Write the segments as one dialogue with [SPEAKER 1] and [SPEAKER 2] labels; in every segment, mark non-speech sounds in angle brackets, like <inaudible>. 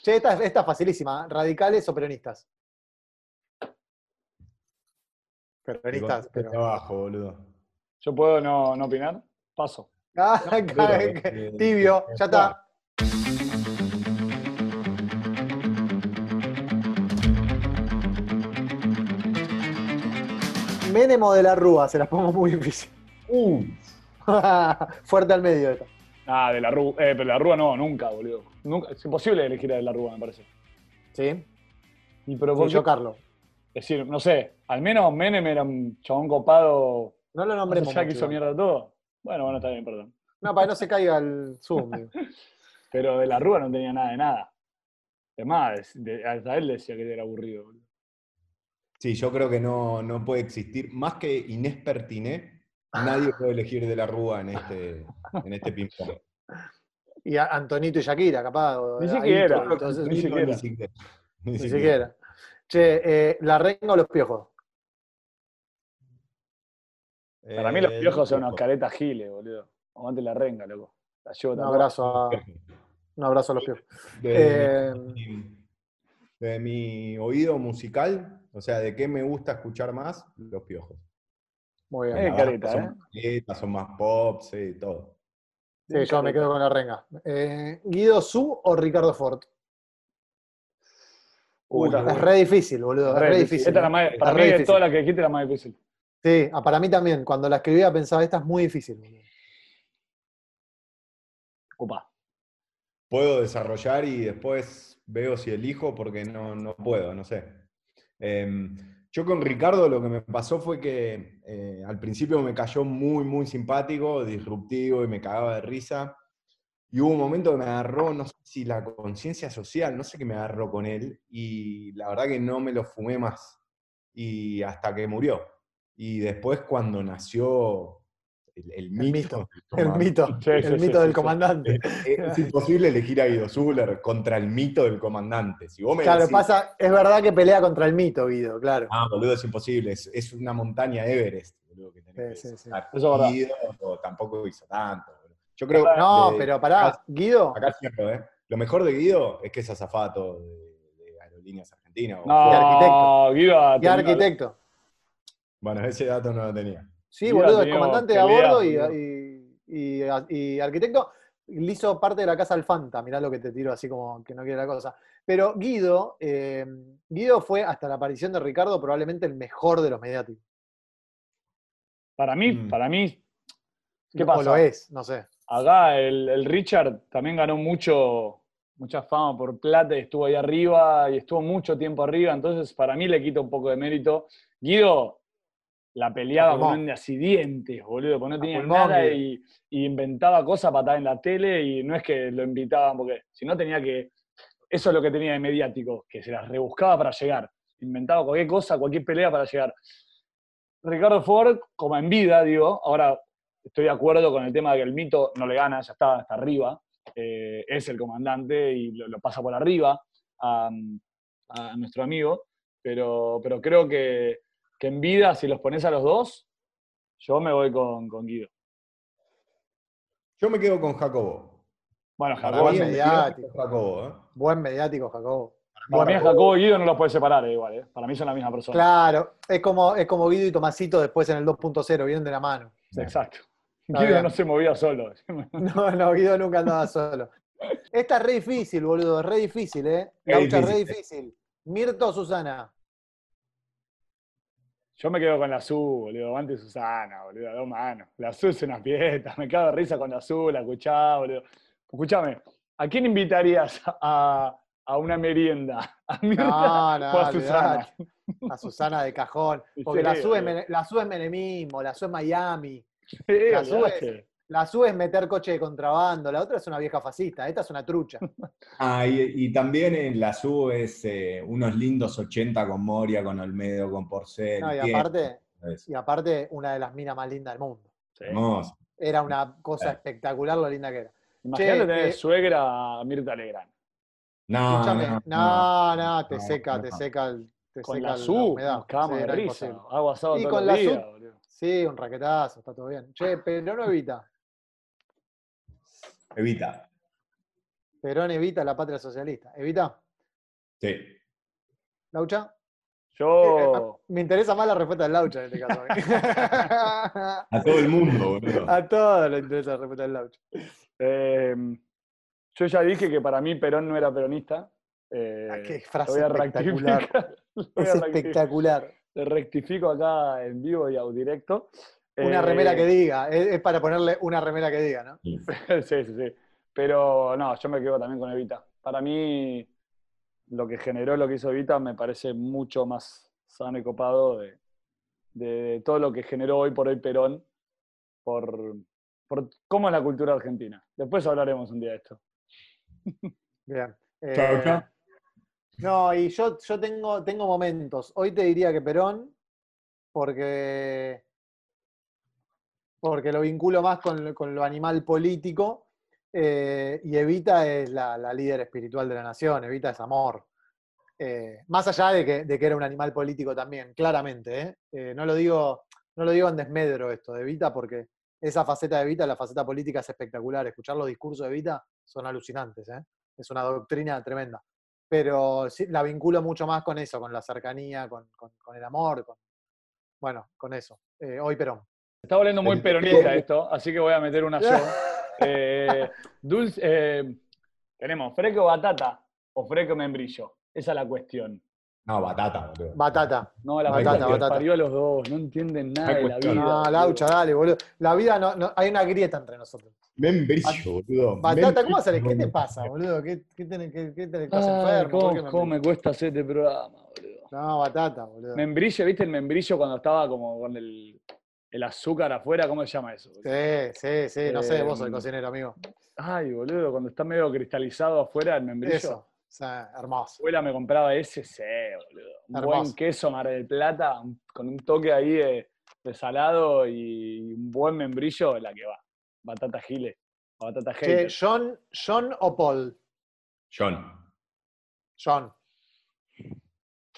[SPEAKER 1] Che, esta, esta es facilísima. ¿Radicales o peronistas? Peronistas, pero.
[SPEAKER 2] abajo, este boludo.
[SPEAKER 3] ¿Yo puedo no, no opinar? Paso.
[SPEAKER 1] Ah,
[SPEAKER 2] Duro,
[SPEAKER 1] qué
[SPEAKER 2] eh,
[SPEAKER 1] tibio, ya está. Menemo de la Rúa, se las pongo muy difícil.
[SPEAKER 2] Uh,
[SPEAKER 1] <laughs> Fuerte al medio esta.
[SPEAKER 3] Ah, de la Rúa. Eh, pero de la Rúa no, nunca, boludo. Nunca, es imposible elegir a de la Rúa, me parece.
[SPEAKER 1] ¿Sí?
[SPEAKER 3] Y pero
[SPEAKER 1] Sí,
[SPEAKER 3] por
[SPEAKER 1] yo, Carlos.
[SPEAKER 3] Es decir, no sé, al menos Menem era un chabón copado.
[SPEAKER 1] No lo
[SPEAKER 3] Hombre,
[SPEAKER 1] nombremos.
[SPEAKER 3] ya que
[SPEAKER 1] mucho,
[SPEAKER 3] hizo
[SPEAKER 1] igual.
[SPEAKER 3] mierda todo. Bueno, bueno, está bien, perdón.
[SPEAKER 1] no, para que no se caiga el Zoom. digo.
[SPEAKER 3] Pero de la Rúa no tenía nada de nada. Es más, de- hasta él decía que era aburrido, boludo.
[SPEAKER 2] sí, yo creo que no, no puede existir. Más que Inés Pertiné,
[SPEAKER 3] <laughs>
[SPEAKER 2] nadie puede elegir de la Rúa en este, en este ping-pong.
[SPEAKER 1] Y a Antonito y Shakira, capaz. o
[SPEAKER 3] Ni
[SPEAKER 1] ahí,
[SPEAKER 3] siquiera.
[SPEAKER 1] entonces,
[SPEAKER 3] Ni siquiera.
[SPEAKER 2] Ni siquiera. <laughs> Ni
[SPEAKER 1] ni
[SPEAKER 2] siquiera.
[SPEAKER 1] siquiera. Che, eh, ¿la renga o los piojos?
[SPEAKER 3] Para mí los
[SPEAKER 2] Eh,
[SPEAKER 3] piojos son unos caretas giles, boludo. Aguante la renga, loco. La llevo
[SPEAKER 1] Un
[SPEAKER 3] tan
[SPEAKER 1] abrazo a, un abrazo a los piojos.
[SPEAKER 2] De,
[SPEAKER 1] Eh,
[SPEAKER 2] mi- de
[SPEAKER 3] Eh,
[SPEAKER 2] mi oído musical, o sea, de qué me gusta escuchar más, los piojos.
[SPEAKER 1] muy bien.
[SPEAKER 3] Eh,
[SPEAKER 2] La
[SPEAKER 3] careta,
[SPEAKER 2] verdad, son,
[SPEAKER 3] ¿eh?
[SPEAKER 2] más caretas, son más pop, sí, todo.
[SPEAKER 1] Sí, yo me quedo con la renga. Eh, ¿Guido Su o Ricardo Ford?
[SPEAKER 3] Uy,
[SPEAKER 1] Puta,
[SPEAKER 3] la-
[SPEAKER 1] es re difícil, boludo. Es re difícil. ¿eh?
[SPEAKER 3] Esta es la más, para
[SPEAKER 1] Está
[SPEAKER 3] mí
[SPEAKER 1] re
[SPEAKER 3] de
[SPEAKER 1] difícil.
[SPEAKER 3] todas las que dijiste la más difícil.
[SPEAKER 1] Sí, ah, para mí también. Cuando la escribía pensaba, esta es muy difícil. boludo.
[SPEAKER 3] Opa.
[SPEAKER 2] Puedo desarrollar y después veo si elijo porque no, no puedo, no sé. Em, yo con Ricardo lo que me pasó fue que eh, al principio me cayó muy, muy simpático, disruptivo y me cagaba de risa. Y hubo un momento que me agarró, no sé si la conciencia social, no sé qué me agarró con él, y la verdad que no me lo fumé más. Y hasta que murió. Y después cuando nació el, <laughs> el mito.
[SPEAKER 1] mito, El
[SPEAKER 2] del comandante,
[SPEAKER 1] mito, el
[SPEAKER 3] Sí, sí, sí,
[SPEAKER 1] mito
[SPEAKER 3] sí,
[SPEAKER 1] del
[SPEAKER 3] sí.
[SPEAKER 1] comandante.
[SPEAKER 2] Eh, Es imposible elegir a Guido Zuller contra el mito del comandante. Si vos me
[SPEAKER 1] Claro,
[SPEAKER 2] decís,
[SPEAKER 1] pasa, es verdad que pelea contra el mito, Guido, claro.
[SPEAKER 2] ah, boludo, es imposible, es, es una montaña Everest, boludo, que tenés
[SPEAKER 1] Sí,
[SPEAKER 2] que
[SPEAKER 1] sí, sí.
[SPEAKER 2] saltar.
[SPEAKER 3] Eso es verdad.
[SPEAKER 2] Guido tampoco hizo tanto. boludo. Yo creo
[SPEAKER 1] No,
[SPEAKER 2] de-
[SPEAKER 1] pero pará,
[SPEAKER 2] acá-
[SPEAKER 1] Guido.
[SPEAKER 2] Ah, Acá cierro, ¿eh? Lo mejor de Guido es que es azafato de, de Aerolíneas Argentinas. o
[SPEAKER 3] No,
[SPEAKER 2] fuera.
[SPEAKER 1] arquitecto.
[SPEAKER 3] Guido ha
[SPEAKER 1] Y
[SPEAKER 3] tenido-
[SPEAKER 1] arquitecto.
[SPEAKER 2] Bueno, ese dato no lo tenía.
[SPEAKER 1] Sí,
[SPEAKER 3] Guido
[SPEAKER 1] boludo, el
[SPEAKER 3] tenía
[SPEAKER 1] comandante de a
[SPEAKER 3] peleas,
[SPEAKER 1] bordo y,
[SPEAKER 3] boludo.
[SPEAKER 1] y- y- y arquitecto le hizo parte de la casa Alfanta, mirá lo que te tiro así como que no quiere la cosa. Pero Guido, eh, Guido fue hasta la aparición de Ricardo probablemente el mejor de los mediáticos.
[SPEAKER 3] Para mí,
[SPEAKER 2] Mm.
[SPEAKER 3] para mí, ¿Qué
[SPEAKER 1] O
[SPEAKER 3] pasa?
[SPEAKER 1] lo es, no sé.
[SPEAKER 3] acá el, el Richard también ganó mucho, mucha fama por plata y estuvo ahí arriba y estuvo mucho tiempo arriba. Entonces, para mí le quita un poco de mérito. Guido la
[SPEAKER 1] A
[SPEAKER 3] peleaba
[SPEAKER 1] pulmón.
[SPEAKER 3] con un así dientes, boludo, porque no tenía
[SPEAKER 1] pulmón,
[SPEAKER 3] nada
[SPEAKER 1] Guido.
[SPEAKER 3] y, y inventaba cosas para estar en la tele y no es que lo invitaban, porque si no tenía que. Eso es lo que tenía de mediático, que se las rebuscaba para llegar. Inventaba cualquier cosa, cualquier pelea para llegar. Ricardo Ford, como en vida, digo, ahora estoy de acuerdo con el tema de que el mito no le gana, ya está, hasta arriba, eh, es el comandante y lo, lo pasa por arriba a, a nuestro amigo, pero, pero creo que, que en vida, si los pones a los dos, yo me voy con, con Guido.
[SPEAKER 2] Yo me quedo con Jacobo.
[SPEAKER 3] Bueno,
[SPEAKER 2] Para
[SPEAKER 3] Jacobo,
[SPEAKER 1] mí
[SPEAKER 2] el
[SPEAKER 3] para
[SPEAKER 1] es-
[SPEAKER 3] mí,
[SPEAKER 1] mediático.
[SPEAKER 2] es Jacobo, ¿eh?
[SPEAKER 1] Buen mediático, Jacobo.
[SPEAKER 3] a Jacobo y Guido no los puedes separar eh, igual, eh. para mí son la misma persona.
[SPEAKER 1] Claro, es como, es como Guido y Tomasito después en el 2.0, vienen de la
[SPEAKER 3] <laughs>
[SPEAKER 1] mano.
[SPEAKER 3] Exacto.
[SPEAKER 1] Está
[SPEAKER 3] Guido
[SPEAKER 1] bien.
[SPEAKER 3] no se movía solo.
[SPEAKER 1] No, no, Guido nunca andaba solo. Esta es re difícil, boludo, es re difícil, ¿eh?
[SPEAKER 2] Es
[SPEAKER 1] Gaucha, es re
[SPEAKER 2] difícil.
[SPEAKER 1] difícil. Mirto o
[SPEAKER 3] <laughs>
[SPEAKER 1] Susana.
[SPEAKER 3] Yo me quedo con la Su, boludo. Aguante Susana, boludo. a Dos manos. La Su es una fiesta. Me cago de risa con la Su, la escuchaba, boludo. Escuchame, ¿a quién invitarías a, a una merienda? ¿A Mirta
[SPEAKER 1] No,
[SPEAKER 3] o
[SPEAKER 1] no,
[SPEAKER 3] a Susana? <laughs>
[SPEAKER 1] olvidate. A Susana de cajón.
[SPEAKER 3] Sí,
[SPEAKER 1] Porque la
[SPEAKER 3] sí,
[SPEAKER 1] sube,
[SPEAKER 3] boludo.
[SPEAKER 1] la SU es menemismo, la sube es Miami,
[SPEAKER 3] Eh,
[SPEAKER 1] La Su
[SPEAKER 3] boludo,
[SPEAKER 1] es-
[SPEAKER 3] este.
[SPEAKER 1] la sube es meter coche de contrabando, la otra es una vieja fascista, esta es una trucha.
[SPEAKER 2] Ah, y, y también en la SU es eh, unos lindos 80 con Moria, con Olmedo, con Porcel.
[SPEAKER 1] No, y
[SPEAKER 2] Tiene-
[SPEAKER 1] aparte,
[SPEAKER 2] es
[SPEAKER 1] y aparte, una de las minas más lindas del mundo.
[SPEAKER 3] Sí.
[SPEAKER 2] hermoso.
[SPEAKER 1] Era una cosa espectacular lo linda que era.
[SPEAKER 3] Imagínate
[SPEAKER 1] Che,
[SPEAKER 3] tener
[SPEAKER 1] eh,
[SPEAKER 3] de suegra a Mirta Legrand.
[SPEAKER 2] No,
[SPEAKER 1] Escúchame,
[SPEAKER 2] no,
[SPEAKER 1] no,
[SPEAKER 2] no.
[SPEAKER 1] no, te
[SPEAKER 2] no,
[SPEAKER 1] seca,
[SPEAKER 2] no.
[SPEAKER 1] te seca el. Te
[SPEAKER 3] Con
[SPEAKER 1] seca
[SPEAKER 3] la
[SPEAKER 1] el-
[SPEAKER 3] Su,
[SPEAKER 1] humedad.
[SPEAKER 3] nos cagamos
[SPEAKER 1] Sí,
[SPEAKER 3] de
[SPEAKER 1] era
[SPEAKER 3] risa.
[SPEAKER 1] imposible.
[SPEAKER 3] Agua asado
[SPEAKER 1] Y
[SPEAKER 3] todos
[SPEAKER 1] con
[SPEAKER 3] los
[SPEAKER 1] la
[SPEAKER 3] días,
[SPEAKER 1] Su-
[SPEAKER 3] boludo.
[SPEAKER 1] Sí, un raquetazo, está
[SPEAKER 2] Ah.
[SPEAKER 1] todo bien. Che, pero no evita.
[SPEAKER 2] Evita.
[SPEAKER 1] Perón evita la patria socialista. ¿Evita?
[SPEAKER 2] Sí.
[SPEAKER 1] ¿Laucha?
[SPEAKER 3] Yo.
[SPEAKER 1] Me interesa más la respuesta del Laucha en este caso.
[SPEAKER 2] <laughs>
[SPEAKER 1] <laughs> a mí.
[SPEAKER 2] A todo el mundo,
[SPEAKER 1] <laughs>
[SPEAKER 2] boludo.
[SPEAKER 1] A todos les interesa la respuesta del Laucha.
[SPEAKER 3] eh, yo ya dije que para mí Perón no era peronista. eh,
[SPEAKER 1] Ah, Qué
[SPEAKER 3] lo
[SPEAKER 1] frase
[SPEAKER 3] voy a
[SPEAKER 1] espectacular.
[SPEAKER 3] rectificar, <laughs> lo
[SPEAKER 1] Es
[SPEAKER 3] voy a rectificar.
[SPEAKER 1] espectacular.
[SPEAKER 3] Te rectifico acá en vivo y a directo.
[SPEAKER 1] Una
[SPEAKER 3] Eh,
[SPEAKER 1] remera que diga. Es, es para ponerle una remera que diga, ¿no?
[SPEAKER 3] <laughs> sí, sí, sí. Pero no, yo me quedo también con Evita. Para mí, lo que generó, lo que hizo Evita, me parece mucho más sano y copado de, de todo lo que generó hoy por hoy Perón, por, por cómo es la cultura argentina. Después hablaremos un día de esto.
[SPEAKER 1] Bien. Eh,
[SPEAKER 2] Laucha.
[SPEAKER 1] No, y yo, yo tengo, tengo momentos. Hoy te diría que Perón, porque, porque lo vinculo más con, lo- con lo animal político, eh, y Evita es la, la líder espiritual de la nación, Evita es amor. Eh, más allá de que, de que era un animal político también, claramente. ¿eh? Eh, no, lo digo, no lo digo en desmedro esto de Evita, porque esa faceta de Evita, la faceta política es espectacular. Escuchar los discursos de Evita son alucinantes. ¿eh? Es una doctrina tremenda pero sí, la vinculo mucho más con eso, con la cercanía, con, con- con el amor, con, bueno, con eso. Eh, hoy Perón.
[SPEAKER 3] Está volviendo muy
[SPEAKER 2] Sí.
[SPEAKER 3] peronista esto, así que voy a
[SPEAKER 1] <laughs>
[SPEAKER 3] meter una yo. Eh, dulce, eh, tenemos freco batata o freco membrillo. Esa es la cuestión.
[SPEAKER 2] No, batata, boludo.
[SPEAKER 1] Batata.
[SPEAKER 3] No, la
[SPEAKER 2] No hay
[SPEAKER 3] batata,
[SPEAKER 2] cuestión.
[SPEAKER 3] batata. parió a los dos, no entienden nada
[SPEAKER 2] hay
[SPEAKER 3] de la
[SPEAKER 2] cuestión.
[SPEAKER 3] vida.
[SPEAKER 1] No,
[SPEAKER 3] boludo.
[SPEAKER 1] Ah, Laucha, dale, boludo. La vida no, no- hay una grieta entre nosotros.
[SPEAKER 2] Membrillo, boludo.
[SPEAKER 1] Batata, ¿cómo
[SPEAKER 2] Membrillo,
[SPEAKER 1] hacer? ¿Qué te
[SPEAKER 2] boludo.
[SPEAKER 1] pasa, boludo? ¿Qué, qué tenés, qué- qué tenés- estás
[SPEAKER 3] Ay,
[SPEAKER 1] enfermo? ¿Por qué
[SPEAKER 3] ¿cómo,
[SPEAKER 1] me-
[SPEAKER 3] cómo me cuesta hacer este programa, boludo?
[SPEAKER 1] No, batata, boludo.
[SPEAKER 3] Membrillo, ¿viste el membrillo cuando estaba como con el, el azúcar afuera? ¿Cómo se llama eso? boludo?
[SPEAKER 1] Sí, sí, sí, no sé, vos sos el
[SPEAKER 3] Em,
[SPEAKER 1] cocinero, amigo.
[SPEAKER 3] Ay, boludo, cuando está medio cristalizado afuera el membrillo.
[SPEAKER 1] Eso. O sea, hermoso.
[SPEAKER 3] Mi abuela me compraba ese, sí, boludo. Un buen
[SPEAKER 1] Hermoso.
[SPEAKER 3] queso Mar del Plata, un- con un toque ahí de, de salado y un buen membrillo, la que va. Batata gile, batata
[SPEAKER 1] Che,
[SPEAKER 3] gile.
[SPEAKER 1] John, John o Paul.
[SPEAKER 2] John.
[SPEAKER 1] John.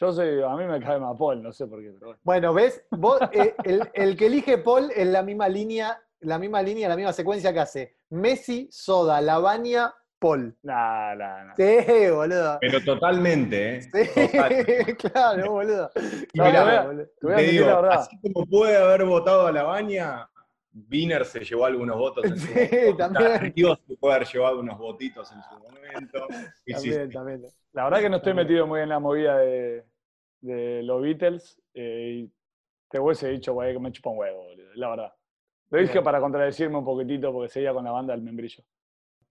[SPEAKER 3] Yo soy, a mí me cae más Paul, no sé por qué, pero bueno.
[SPEAKER 1] Bueno, ¿ves? Vos, eh, el, el que elige Paul es la misma línea, la misma línea, la misma secuencia que hace. Messi, Soda, Lavania, Paul.
[SPEAKER 3] Nah, nah, nah.
[SPEAKER 1] Sí, boludo.
[SPEAKER 2] Pero totalmente, ¿eh?
[SPEAKER 1] <laughs>
[SPEAKER 2] Total.
[SPEAKER 1] Sí, claro, boludo.
[SPEAKER 2] Y
[SPEAKER 1] Claro,
[SPEAKER 2] mirá,
[SPEAKER 1] boludo.
[SPEAKER 3] Te voy a
[SPEAKER 2] Te
[SPEAKER 3] decir
[SPEAKER 2] digo,
[SPEAKER 3] la verdad.
[SPEAKER 2] así como puede haber votado a la baña, Biner se llevó algunos votos
[SPEAKER 3] <laughs>
[SPEAKER 2] en su
[SPEAKER 1] Sí,
[SPEAKER 2] momento.
[SPEAKER 1] también.
[SPEAKER 2] Ríos se puede haber llevado unos votitos en su
[SPEAKER 3] <laughs>
[SPEAKER 2] momento. Y sí,
[SPEAKER 1] También, también.
[SPEAKER 3] La verdad que no estoy metido muy en la movida de, de los Beatles. eh, y te hubiese dicho, güey, que me chupa un huevo, boludo, la verdad. Lo dije
[SPEAKER 1] Bien.
[SPEAKER 3] para contradecirme un poquitito porque seguía con la banda del membrillo.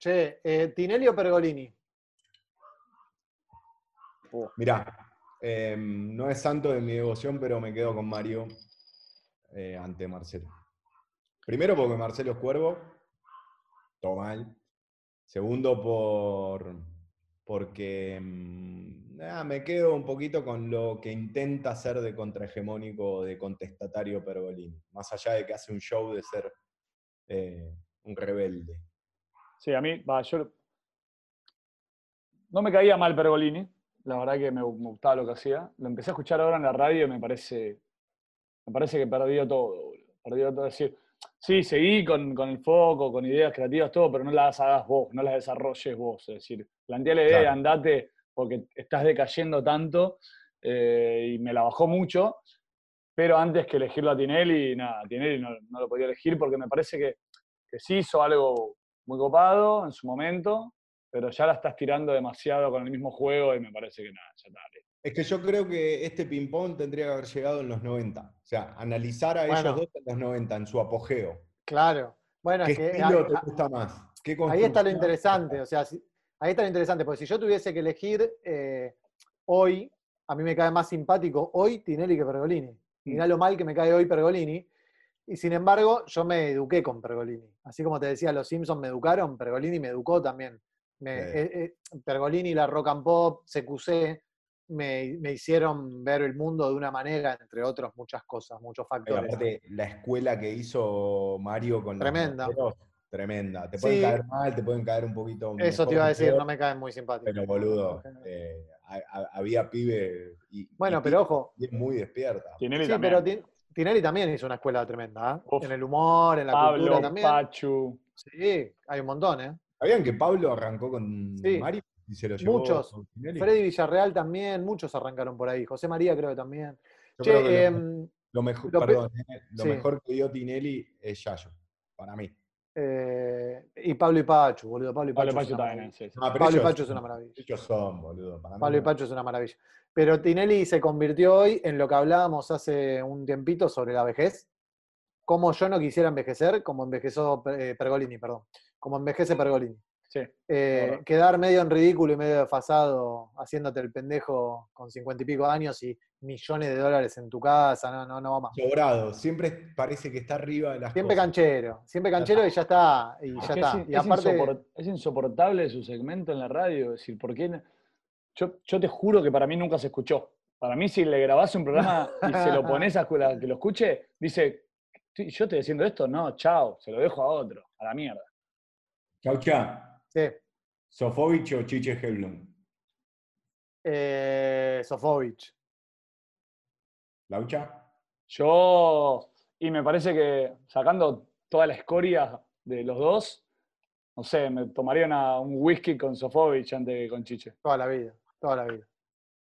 [SPEAKER 1] Che, eh, Tinelli o Pergolini.
[SPEAKER 2] Mirá, em, no es santo de mi devoción, pero me quedo con Mario eh, ante Marcelo. Primero porque Marcelo es cuervo, todo mal. Segundo por, porque em, nada, me quedo un poquito con lo que intenta ser de contrahegemónico, o de contestatario Pergolini, más allá de que hace un show de ser eh, un rebelde.
[SPEAKER 3] Sí, a mí, va, yo. lo- No me caía mal Pergolini, la verdad que me, me gustaba lo que hacía. Lo empecé a escuchar ahora en la radio y me parece. Me parece que perdió todo, boludo. Perdió todo. Es decir, sí, seguí con, con el foco, con ideas creativas, todo, pero no las hagas vos, no las desarrolles vos. Es decir, plantea la idea de
[SPEAKER 2] Claro.
[SPEAKER 3] andate porque estás decayendo tanto eh, y me la bajó mucho. Pero antes que elegirlo a Tinelli, nada, Tinelli no, no lo podía elegir porque me parece que, que sí hizo algo muy copado en su momento, pero ya la estás tirando demasiado con el mismo juego y me parece que nada, ya está. listo.
[SPEAKER 2] Es que yo creo que este ping-pong tendría que haber llegado en los 90. O sea, analizar a
[SPEAKER 1] Bueno.
[SPEAKER 2] ellos dos en los 90, en su apogeo.
[SPEAKER 1] Claro. Bueno,
[SPEAKER 2] ¿Qué
[SPEAKER 1] es que
[SPEAKER 2] estilo
[SPEAKER 1] ahí-
[SPEAKER 2] te gusta más? ¿Qué
[SPEAKER 1] Ahí
[SPEAKER 2] <laughs>
[SPEAKER 1] está lo
[SPEAKER 2] construcción?
[SPEAKER 1] interesante, o sea, si- ahí está lo interesante, porque si yo tuviese que elegir eh, hoy, a mí me cae más simpático hoy Tinelli que
[SPEAKER 2] Mm.
[SPEAKER 1] Pergolini. Mirá lo mal que me cae hoy Pergolini. Y sin embargo, yo me eduqué con Pergolini. Así como te decía, los Simpsons me educaron, Pergolini me educó también. Me-
[SPEAKER 2] Sí.
[SPEAKER 1] eh, eh, Pergolini, la rock and pop, CQC, me, me hicieron ver el mundo de una manera, entre otros, muchas cosas, muchos
[SPEAKER 2] Pero
[SPEAKER 1] factores.
[SPEAKER 2] aparte, la escuela que hizo Mario con los
[SPEAKER 1] Tremenda.
[SPEAKER 2] moteros, tremenda. Te
[SPEAKER 1] Sí.
[SPEAKER 2] pueden caer mal, te pueden caer un poquito.
[SPEAKER 1] Eso te
[SPEAKER 2] mejor,
[SPEAKER 1] iba a decir,
[SPEAKER 2] peor,
[SPEAKER 1] no me caen muy simpáticos.
[SPEAKER 2] Pero boludo, eh, ha- ha- había pibe. Y,
[SPEAKER 1] Bueno,
[SPEAKER 2] y
[SPEAKER 1] pero ojo,
[SPEAKER 2] pibe muy despierta.
[SPEAKER 3] Tinelli
[SPEAKER 1] Sí,
[SPEAKER 3] también.
[SPEAKER 1] pero Tin- Tinelli también hizo una escuela tremenda, ¿eh?
[SPEAKER 3] Uf.
[SPEAKER 1] En el humor, en la
[SPEAKER 3] Pablo,
[SPEAKER 1] cultura también.
[SPEAKER 3] Pachu,
[SPEAKER 1] Sí, hay un montón, ¿eh?
[SPEAKER 2] ¿Sabían que Pablo arrancó con
[SPEAKER 1] Sí.
[SPEAKER 2] Mario y se lo llevó?
[SPEAKER 1] Muchos.
[SPEAKER 2] Martinelli?
[SPEAKER 1] Freddy Villarreal también, muchos arrancaron por ahí. José María creo que también.
[SPEAKER 2] Yo
[SPEAKER 1] Che,
[SPEAKER 2] creo que lo,
[SPEAKER 1] em,
[SPEAKER 2] lo mejor,
[SPEAKER 1] lo pe-
[SPEAKER 2] perdón, eh, lo
[SPEAKER 1] sí.
[SPEAKER 2] mejor que dio Tinelli es Yayo, para mí.
[SPEAKER 1] eh, y Pablo y Pachu, boludo. Pablo y Pachu,
[SPEAKER 3] Pablo
[SPEAKER 1] es,
[SPEAKER 3] Pacho
[SPEAKER 1] una
[SPEAKER 3] también.
[SPEAKER 1] maravilla.
[SPEAKER 3] sí, sí.
[SPEAKER 2] Ah, pero
[SPEAKER 1] Pablo y
[SPEAKER 2] ellos-
[SPEAKER 1] Pachu es una maravilla.
[SPEAKER 2] Ellos son, boludo. Para mí
[SPEAKER 1] Pablo y
[SPEAKER 2] no.
[SPEAKER 1] Pacho es una maravilla. Pero Tinelli se convirtió hoy en lo que hablábamos hace un tiempito sobre la vejez. Como yo no quisiera envejecer, como envejeció eh, Pergolini, perdón. Como envejece Pergolini.
[SPEAKER 3] Sí.
[SPEAKER 1] Eh,
[SPEAKER 3] verdad.
[SPEAKER 1] quedar medio en ridículo y medio desfasado, haciéndote el pendejo con cincuenta y pico años y millones de dólares en tu casa, no, no, no va más.
[SPEAKER 2] Sobrado, siempre parece que está arriba de las
[SPEAKER 1] Siempre
[SPEAKER 2] cosas.
[SPEAKER 1] canchero, siempre canchero y ya está, y
[SPEAKER 3] Es
[SPEAKER 1] ya
[SPEAKER 3] que
[SPEAKER 1] está.
[SPEAKER 3] Es,
[SPEAKER 1] Y
[SPEAKER 3] es
[SPEAKER 1] aparte,
[SPEAKER 3] insopor- es insoportable su segmento en la radio. Es decir, ¿por qué? no? Yo, yo te juro que para mí nunca se escuchó. Para mí, si le grabás
[SPEAKER 1] <laughs>
[SPEAKER 3] un programa y se lo pones a la que lo escuche, dice, "Sí, yo estoy haciendo esto, no, chao, se lo dejo a otro, a la mierda.
[SPEAKER 2] Chau, chau.
[SPEAKER 1] sí,
[SPEAKER 2] Sofovich o Chiche Heblum.
[SPEAKER 1] eh, Sofovich.
[SPEAKER 2] Laucha.
[SPEAKER 3] Yo, y me parece que sacando toda la escoria de los dos, no sé, me tomaría una- un whisky con Sofovich antes que con Chiche.
[SPEAKER 1] Toda la vida, toda la vida.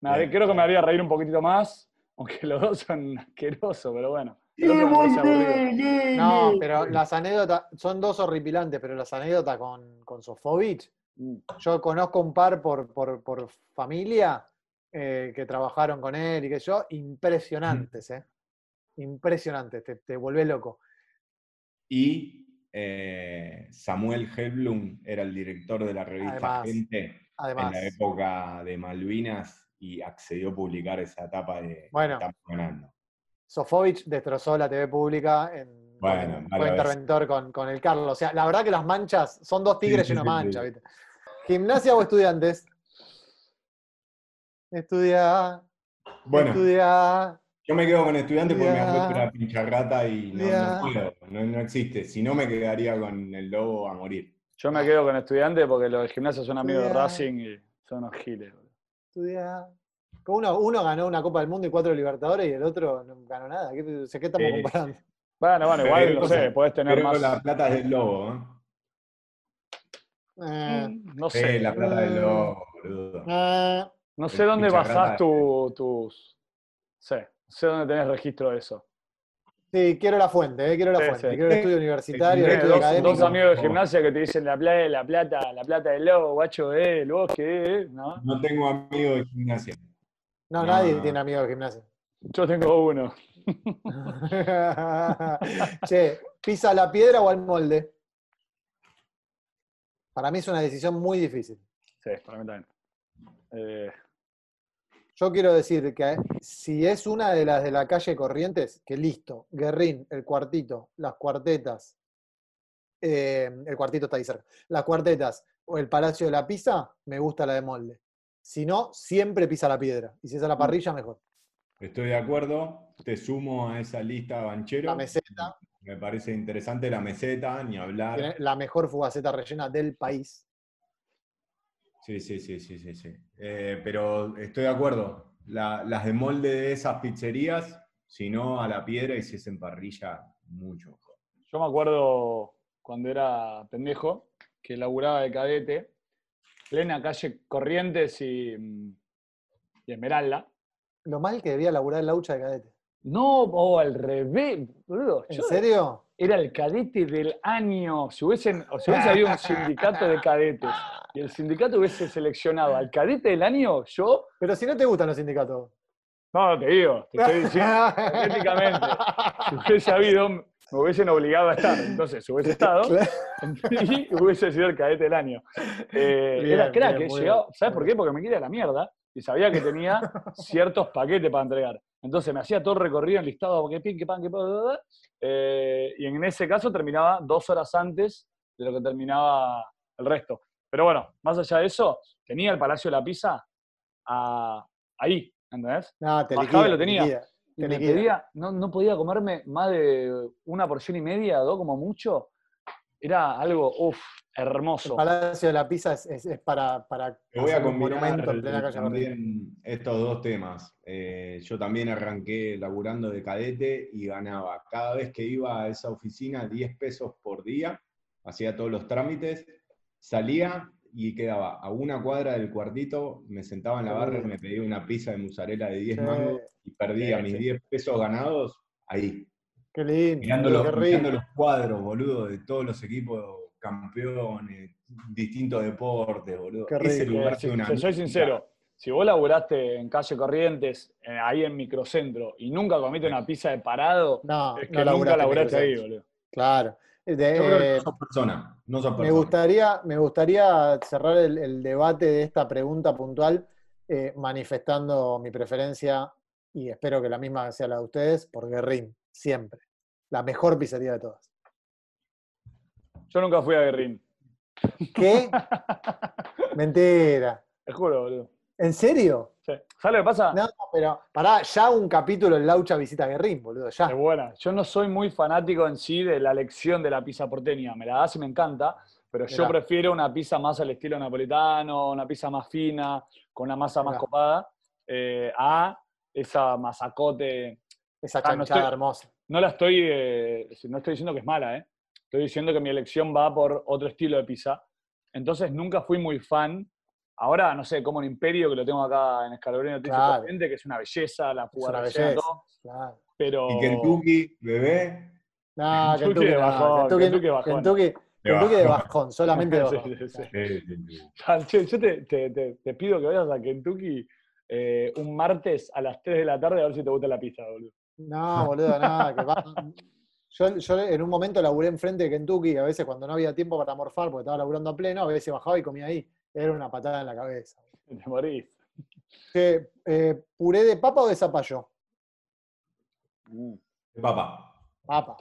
[SPEAKER 3] Me haré-
[SPEAKER 2] Bien.
[SPEAKER 3] creo que me haría reír un poquitito más, aunque <laughs> los dos son asquerosos, pero bueno. El otro me parece aburrido.
[SPEAKER 1] No, pero las anécdotas, son dos horripilantes, pero las anécdotas con, con Sofovich,
[SPEAKER 3] Mm.
[SPEAKER 1] yo conozco un par por, por, por familia eh, que trabajaron con él y que yo, impresionantes,
[SPEAKER 2] Mm.
[SPEAKER 1] ¿eh? Impresionantes, te, te volvés loco.
[SPEAKER 2] Y eh, Samuel Heblum era el director de la revista
[SPEAKER 1] Además,
[SPEAKER 2] Gente
[SPEAKER 1] Además,
[SPEAKER 2] en la época de Malvinas y accedió a publicar esa etapa de
[SPEAKER 1] Bueno.
[SPEAKER 2] Estamos ganando.
[SPEAKER 1] Sofovich destrozó la TV pública en,
[SPEAKER 2] Bueno,
[SPEAKER 1] con-
[SPEAKER 2] mala
[SPEAKER 1] fue
[SPEAKER 2] vez.
[SPEAKER 1] interventor con, con el Carlos. O sea, la verdad que las manchas son dos tigres
[SPEAKER 2] Sí,
[SPEAKER 1] y una
[SPEAKER 2] sí, sí,
[SPEAKER 1] mancha,
[SPEAKER 2] sí.
[SPEAKER 1] ¿viste? ¿Gimnasia o estudiantes? Estudia,
[SPEAKER 2] Bueno,
[SPEAKER 1] estudia.
[SPEAKER 2] yo me quedo con estudiante porque me
[SPEAKER 1] Ya.
[SPEAKER 2] acuerdo una pincha rata y no,
[SPEAKER 1] Ya.
[SPEAKER 2] no puedo, no, no existe. Si no, me quedaría con el lobo a morir.
[SPEAKER 3] Yo me quedo con estudiante porque los del gimnasio son amigos de
[SPEAKER 1] Estudiá.
[SPEAKER 3] Racing y son unos giles. boludo.
[SPEAKER 1] estudiar. Que Uno, uno ganó una Copa del Mundo y cuatro Libertadores y el otro no ganó nada. ¿Qué, o sea, ¿qué estamos
[SPEAKER 2] Sí.
[SPEAKER 1] comparando?
[SPEAKER 3] Bueno, bueno, igual
[SPEAKER 2] Pero-
[SPEAKER 3] no sé, podés tener
[SPEAKER 2] Pero
[SPEAKER 3] más.
[SPEAKER 2] la plata es del lobo, ¿eh?
[SPEAKER 1] Eh,
[SPEAKER 3] Mm, No
[SPEAKER 2] Eh,
[SPEAKER 3] sé,
[SPEAKER 2] la plata
[SPEAKER 1] Ah.
[SPEAKER 2] del lobo, boludo.
[SPEAKER 1] eh,
[SPEAKER 3] no sé dónde
[SPEAKER 2] Muchas
[SPEAKER 3] basás
[SPEAKER 2] gracias.
[SPEAKER 3] tu, tus. Sé, no sé dónde tenés registro de eso.
[SPEAKER 1] sí, quiero la fuente, eh, quiero la
[SPEAKER 3] Sí,
[SPEAKER 1] fuente.
[SPEAKER 3] sí.
[SPEAKER 1] Quiero el estudio universitario, el
[SPEAKER 2] Sí,
[SPEAKER 3] Tenés
[SPEAKER 1] estudio
[SPEAKER 3] dos,
[SPEAKER 1] este académico.
[SPEAKER 3] dos amigos de
[SPEAKER 2] Oh.
[SPEAKER 3] gimnasia que te dicen la plata, la plata, la plata del lobo, guacho, eh, el bosque, eh, ¿no?
[SPEAKER 2] No tengo amigos de gimnasia.
[SPEAKER 1] No,
[SPEAKER 2] No,
[SPEAKER 1] nadie
[SPEAKER 2] no.
[SPEAKER 1] tiene amigos de gimnasia.
[SPEAKER 3] Yo tengo uno.
[SPEAKER 1] <laughs> che, ¿pisa la piedra o al molde? Para mí es una decisión muy difícil.
[SPEAKER 3] Sí, para mí también. Eh,
[SPEAKER 1] Yo quiero decir que eh, si es una de las de la calle Corrientes, que listo, Guerrín, el cuartito, las cuartetas, eh, el cuartito está ahí cerca, las cuartetas o el Palacio de la Pisa, me gusta la de molde. Si no, siempre pisa la piedra. Y si
[SPEAKER 3] Mm.
[SPEAKER 1] es a la parrilla, mejor.
[SPEAKER 2] Estoy de acuerdo. Te sumo a esa lista, Banchero.
[SPEAKER 1] La meseta,
[SPEAKER 2] Me parece interesante la meseta, ni
[SPEAKER 1] tiene
[SPEAKER 2] hablar.
[SPEAKER 1] la mejor fugaceta rellena del país.
[SPEAKER 2] Sí, sí, sí, sí, sí. sí. Eh, pero estoy de acuerdo. La- las de molde de esas pizzerías, si no a la piedra y si es en parrilla, mucho mejor.
[SPEAKER 3] Yo me acuerdo cuando era pendejo, que laburaba de cadete, plena calle Corrientes y, mm, y Esmeralda.
[SPEAKER 1] Lo mal que debía laburar el laucha de cadete.
[SPEAKER 3] No, o al revés, boludo.
[SPEAKER 1] ¿En
[SPEAKER 3] Yo
[SPEAKER 1] serio?
[SPEAKER 3] era el cadete del año. Si hubiesen, o si hubiese habido un sindicato de cadetes y el sindicato hubiese seleccionado al cadete del año, yo,
[SPEAKER 1] Pero si no te gustan los sindicatos.
[SPEAKER 3] <laughs>
[SPEAKER 1] <laughs>
[SPEAKER 3] no, te digo, te estoy diciendo, hipotéticamente, si hubiese habido, me hubiesen obligado a estar. Entonces, si hubiese estado, <laughs> y hubiese sido el cadete del año. Eh,
[SPEAKER 1] Bien,
[SPEAKER 3] era crack,
[SPEAKER 1] bien,
[SPEAKER 3] eh,
[SPEAKER 1] muy
[SPEAKER 3] llegaba-
[SPEAKER 1] bien.
[SPEAKER 3] ¿sabes por qué? Porque me quería la mierda y sabía que tenía ciertos paquetes para entregar. Entonces me hacía todo el recorrido enlistado, que pin, que pan, que pan, bla, bla, bla, eh, y en ese caso terminaba dos horas antes de lo que terminaba el resto. Pero bueno, más allá de eso, tenía el Palacio de la Pisa a- ahí, ¿entendés?
[SPEAKER 1] No, te
[SPEAKER 3] Bajaba y
[SPEAKER 1] liquida,
[SPEAKER 3] lo
[SPEAKER 1] te
[SPEAKER 3] tenía.
[SPEAKER 1] liquida,
[SPEAKER 3] Y
[SPEAKER 1] te
[SPEAKER 3] me
[SPEAKER 1] liquida.
[SPEAKER 3] pedía, no, no podía comerme más de una porción y media, dos como mucho. Era algo, uff,
[SPEAKER 1] El
[SPEAKER 3] hermoso.
[SPEAKER 1] Palacio de la Pisa es, es- es para, para
[SPEAKER 2] Te voy a
[SPEAKER 1] hacer un
[SPEAKER 2] combinar
[SPEAKER 1] monumento en plena calle Corrientes.
[SPEAKER 2] también estos dos temas. Eh, yo también arranqué laburando de cadete y ganaba cada vez que iba a esa oficina 10 pesos por día, hacía todos los trámites salía y quedaba a una cuadra del cuartito, me sentaba en la barra y me pedía una pizza de mozzarella de 10
[SPEAKER 1] Sí.
[SPEAKER 2] mangos y perdía
[SPEAKER 4] Sí,
[SPEAKER 2] mis
[SPEAKER 4] sí.
[SPEAKER 2] 10 pesos ganados ahí,
[SPEAKER 1] Qué lindo.
[SPEAKER 2] mirando
[SPEAKER 1] qué
[SPEAKER 2] los,
[SPEAKER 1] rico.
[SPEAKER 2] mirando los cuadros, boludo, de todos los equipos campeones, distintos deportes, boludo.
[SPEAKER 1] Qué
[SPEAKER 2] Ese
[SPEAKER 1] rico,
[SPEAKER 2] lugar
[SPEAKER 3] Si-
[SPEAKER 2] fue una
[SPEAKER 3] si soy
[SPEAKER 2] mierda.
[SPEAKER 3] sincero, si vos laburaste en calle Corrientes, en- ahí en microcentro, y nunca comiste una pizza de parado,
[SPEAKER 1] No,
[SPEAKER 3] es que
[SPEAKER 1] no
[SPEAKER 3] nunca
[SPEAKER 1] laburaste,
[SPEAKER 3] laburaste
[SPEAKER 1] pero-
[SPEAKER 3] ahí, boludo.
[SPEAKER 1] Claro. De-
[SPEAKER 2] Yo creo que
[SPEAKER 1] eh,
[SPEAKER 2] no sos persona, no sos
[SPEAKER 1] me,
[SPEAKER 2] persona.
[SPEAKER 1] gustaría, me gustaría cerrar el, el debate de esta pregunta puntual eh, manifestando mi preferencia, y espero que la misma sea la de ustedes, por Guerrín, siempre. La mejor pizzería de todas.
[SPEAKER 3] Yo nunca fui a Guerrín.
[SPEAKER 1] ¿Qué?
[SPEAKER 2] <laughs>
[SPEAKER 1] Mentira.
[SPEAKER 3] Te juro, boludo.
[SPEAKER 1] ¿En serio?
[SPEAKER 3] Sí. ¿Sabes lo que pasa?
[SPEAKER 1] No, pero pará, ya un capítulo en Laucha visita Guerrín, boludo, ya.
[SPEAKER 3] Es buena. Yo no soy muy fanático en sí de la elección de la pizza porteña. Me la das y me encanta, pero yo
[SPEAKER 1] Mirá.
[SPEAKER 3] prefiero una pizza más al estilo napolitano, una pizza más fina, con una masa más
[SPEAKER 1] Mirá.
[SPEAKER 3] copada, eh, a esa masacote.
[SPEAKER 1] Esa
[SPEAKER 3] Ah, no
[SPEAKER 1] chanchada
[SPEAKER 3] estoy-
[SPEAKER 1] hermosa.
[SPEAKER 3] No la estoy, eh, no estoy diciendo que es mala, ¿eh? Estoy diciendo que mi elección va por otro estilo de pizza. Entonces nunca fui muy fan. Ahora, no sé, como un imperio que lo tengo acá en Escalabrino,
[SPEAKER 1] Claro.
[SPEAKER 3] que es una belleza, la fuga
[SPEAKER 1] una
[SPEAKER 3] rellena,
[SPEAKER 1] belleza.
[SPEAKER 3] todo,
[SPEAKER 1] Claro.
[SPEAKER 2] Y
[SPEAKER 3] pero... <laughs>
[SPEAKER 2] Kentucky, bebé,
[SPEAKER 1] No,
[SPEAKER 3] Kentucky
[SPEAKER 1] Kentucky,
[SPEAKER 3] de
[SPEAKER 1] no,
[SPEAKER 3] bajón,
[SPEAKER 1] Kentucky,
[SPEAKER 3] Kentucky de bajón.
[SPEAKER 1] Kentucky-
[SPEAKER 2] de
[SPEAKER 1] Kentucky de
[SPEAKER 2] bajo.
[SPEAKER 1] bajón, solamente de bajón.
[SPEAKER 3] <laughs> Sí, sí, sí.
[SPEAKER 2] Sí, sí, sí.
[SPEAKER 3] Che, yo te, te- te- te pido que vayas a Kentucky eh, un martes a las 3 de la tarde a ver si te gusta la pizza, boludo. <laughs>
[SPEAKER 1] No, boludo, nada. que va- Yo, yo en un momento laburé enfrente de Kentucky, a veces cuando no había tiempo para morfar, porque estaba laburando a pleno, a veces bajaba y comía ahí. Era una patada en la cabeza.
[SPEAKER 3] Te morís.
[SPEAKER 1] Che, eh, ¿Puré de papa o de zapallo? Mm,
[SPEAKER 2] Papá.
[SPEAKER 1] Papa.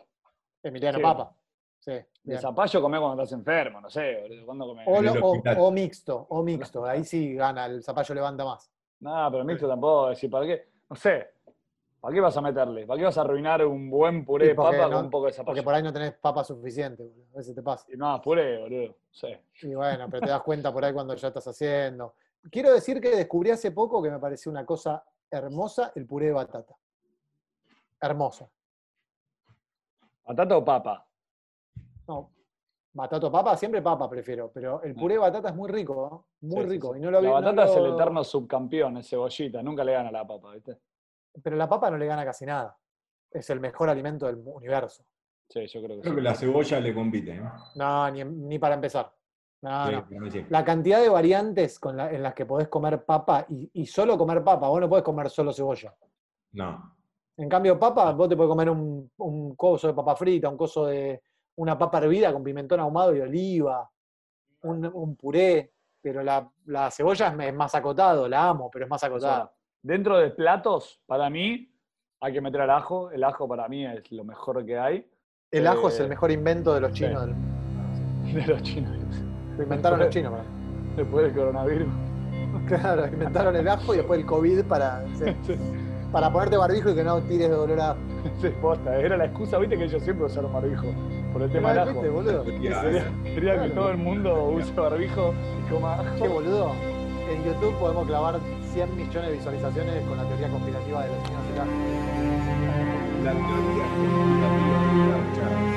[SPEAKER 1] Emiliano
[SPEAKER 3] Sí.
[SPEAKER 1] Papa. Sí.
[SPEAKER 3] De
[SPEAKER 1] bien.
[SPEAKER 3] zapallo comés cuando estás enfermo, no sé, boludo. ¿Cuándo comés?
[SPEAKER 1] O, lo-
[SPEAKER 2] En el
[SPEAKER 1] o-
[SPEAKER 2] hospital.
[SPEAKER 1] o mixto, o mixto. Ahí sí gana, el zapallo levanta más.
[SPEAKER 3] No, pero mixto tampoco, es decir, ¿para qué? No sé. ¿Para qué vas a meterle? ¿Para qué vas a arruinar un buen puré
[SPEAKER 1] Sí,
[SPEAKER 3] de
[SPEAKER 1] porque
[SPEAKER 3] papa
[SPEAKER 1] no-
[SPEAKER 3] con un poco de
[SPEAKER 1] Porque
[SPEAKER 3] zapallo?
[SPEAKER 1] por ahí no tenés papa suficiente, boludo. A veces te pasa.
[SPEAKER 3] Y no, puré, boludo. No sé.
[SPEAKER 1] Y bueno, pero te das cuenta por ahí cuando ya estás haciendo. Quiero decir que descubrí hace poco que me pareció una cosa hermosa el puré de batata. Hermosa.
[SPEAKER 3] ¿Patata o papa?
[SPEAKER 1] No, batata o papa, siempre papa prefiero, pero el puré de batata es muy rico, ¿no? muy
[SPEAKER 3] Sí, sí,
[SPEAKER 1] rico.
[SPEAKER 3] sí.
[SPEAKER 1] Y no lo
[SPEAKER 3] la
[SPEAKER 1] vi- no
[SPEAKER 3] batata es el
[SPEAKER 1] lo-
[SPEAKER 3] eterno subcampeón, es cebollita, nunca le gana a la papa, ¿viste?
[SPEAKER 1] Pero la papa no le gana casi nada. Es el mejor alimento del universo.
[SPEAKER 3] Sí, yo creo
[SPEAKER 1] <laughs>
[SPEAKER 3] que
[SPEAKER 2] Creo
[SPEAKER 3] sí.
[SPEAKER 2] que la cebolla le compite. ¿eh?
[SPEAKER 1] No, ni, ni para empezar. No, Ah,
[SPEAKER 2] Sí,
[SPEAKER 1] no.
[SPEAKER 2] para mí sí.
[SPEAKER 1] La cantidad de variantes con la- en las que podés comer papa y, y solo comer papa, vos no podés comer solo cebolla.
[SPEAKER 2] No.
[SPEAKER 1] En cambio, papa, vos te podés comer un, un coso de papa frita, un coso de una papa hervida con pimentón ahumado y oliva, un, un puré, pero la, la cebolla es, es más acotado, la amo, pero es más
[SPEAKER 3] O sea,
[SPEAKER 1] acotada.
[SPEAKER 3] dentro de platos, para mí, hay que meter al ajo. El ajo para mí es lo mejor que hay <laughs>
[SPEAKER 1] El ajo es
[SPEAKER 3] eh,
[SPEAKER 1] el mejor invento de los
[SPEAKER 3] sí.
[SPEAKER 1] chinos. del-
[SPEAKER 3] de los chinos.
[SPEAKER 1] Lo inventaron los chinos. para mí.
[SPEAKER 3] Después del coronavirus.
[SPEAKER 1] <laughs>
[SPEAKER 3] <laughs>
[SPEAKER 1] Claro, inventaron el ajo y después el COVID para,
[SPEAKER 3] <laughs>
[SPEAKER 1] para ponerte barbijo y que no tires de dolor a...
[SPEAKER 3] Se posta. Era la excusa, viste, que ellos siempre usaron barbijo por el tema del ajo.
[SPEAKER 1] ¿Viste, boludo?
[SPEAKER 2] Ya,
[SPEAKER 3] Quería, quería que
[SPEAKER 1] Claro.
[SPEAKER 3] todo el mundo use barbijo y coma
[SPEAKER 1] Che,
[SPEAKER 3] ajo.
[SPEAKER 1] boludo, en YouTube podemos clavar 100 millones de visualizaciones con la teoría conspirativa de los chinos del ajo.
[SPEAKER 2] la teoría conspirativa de la lucha.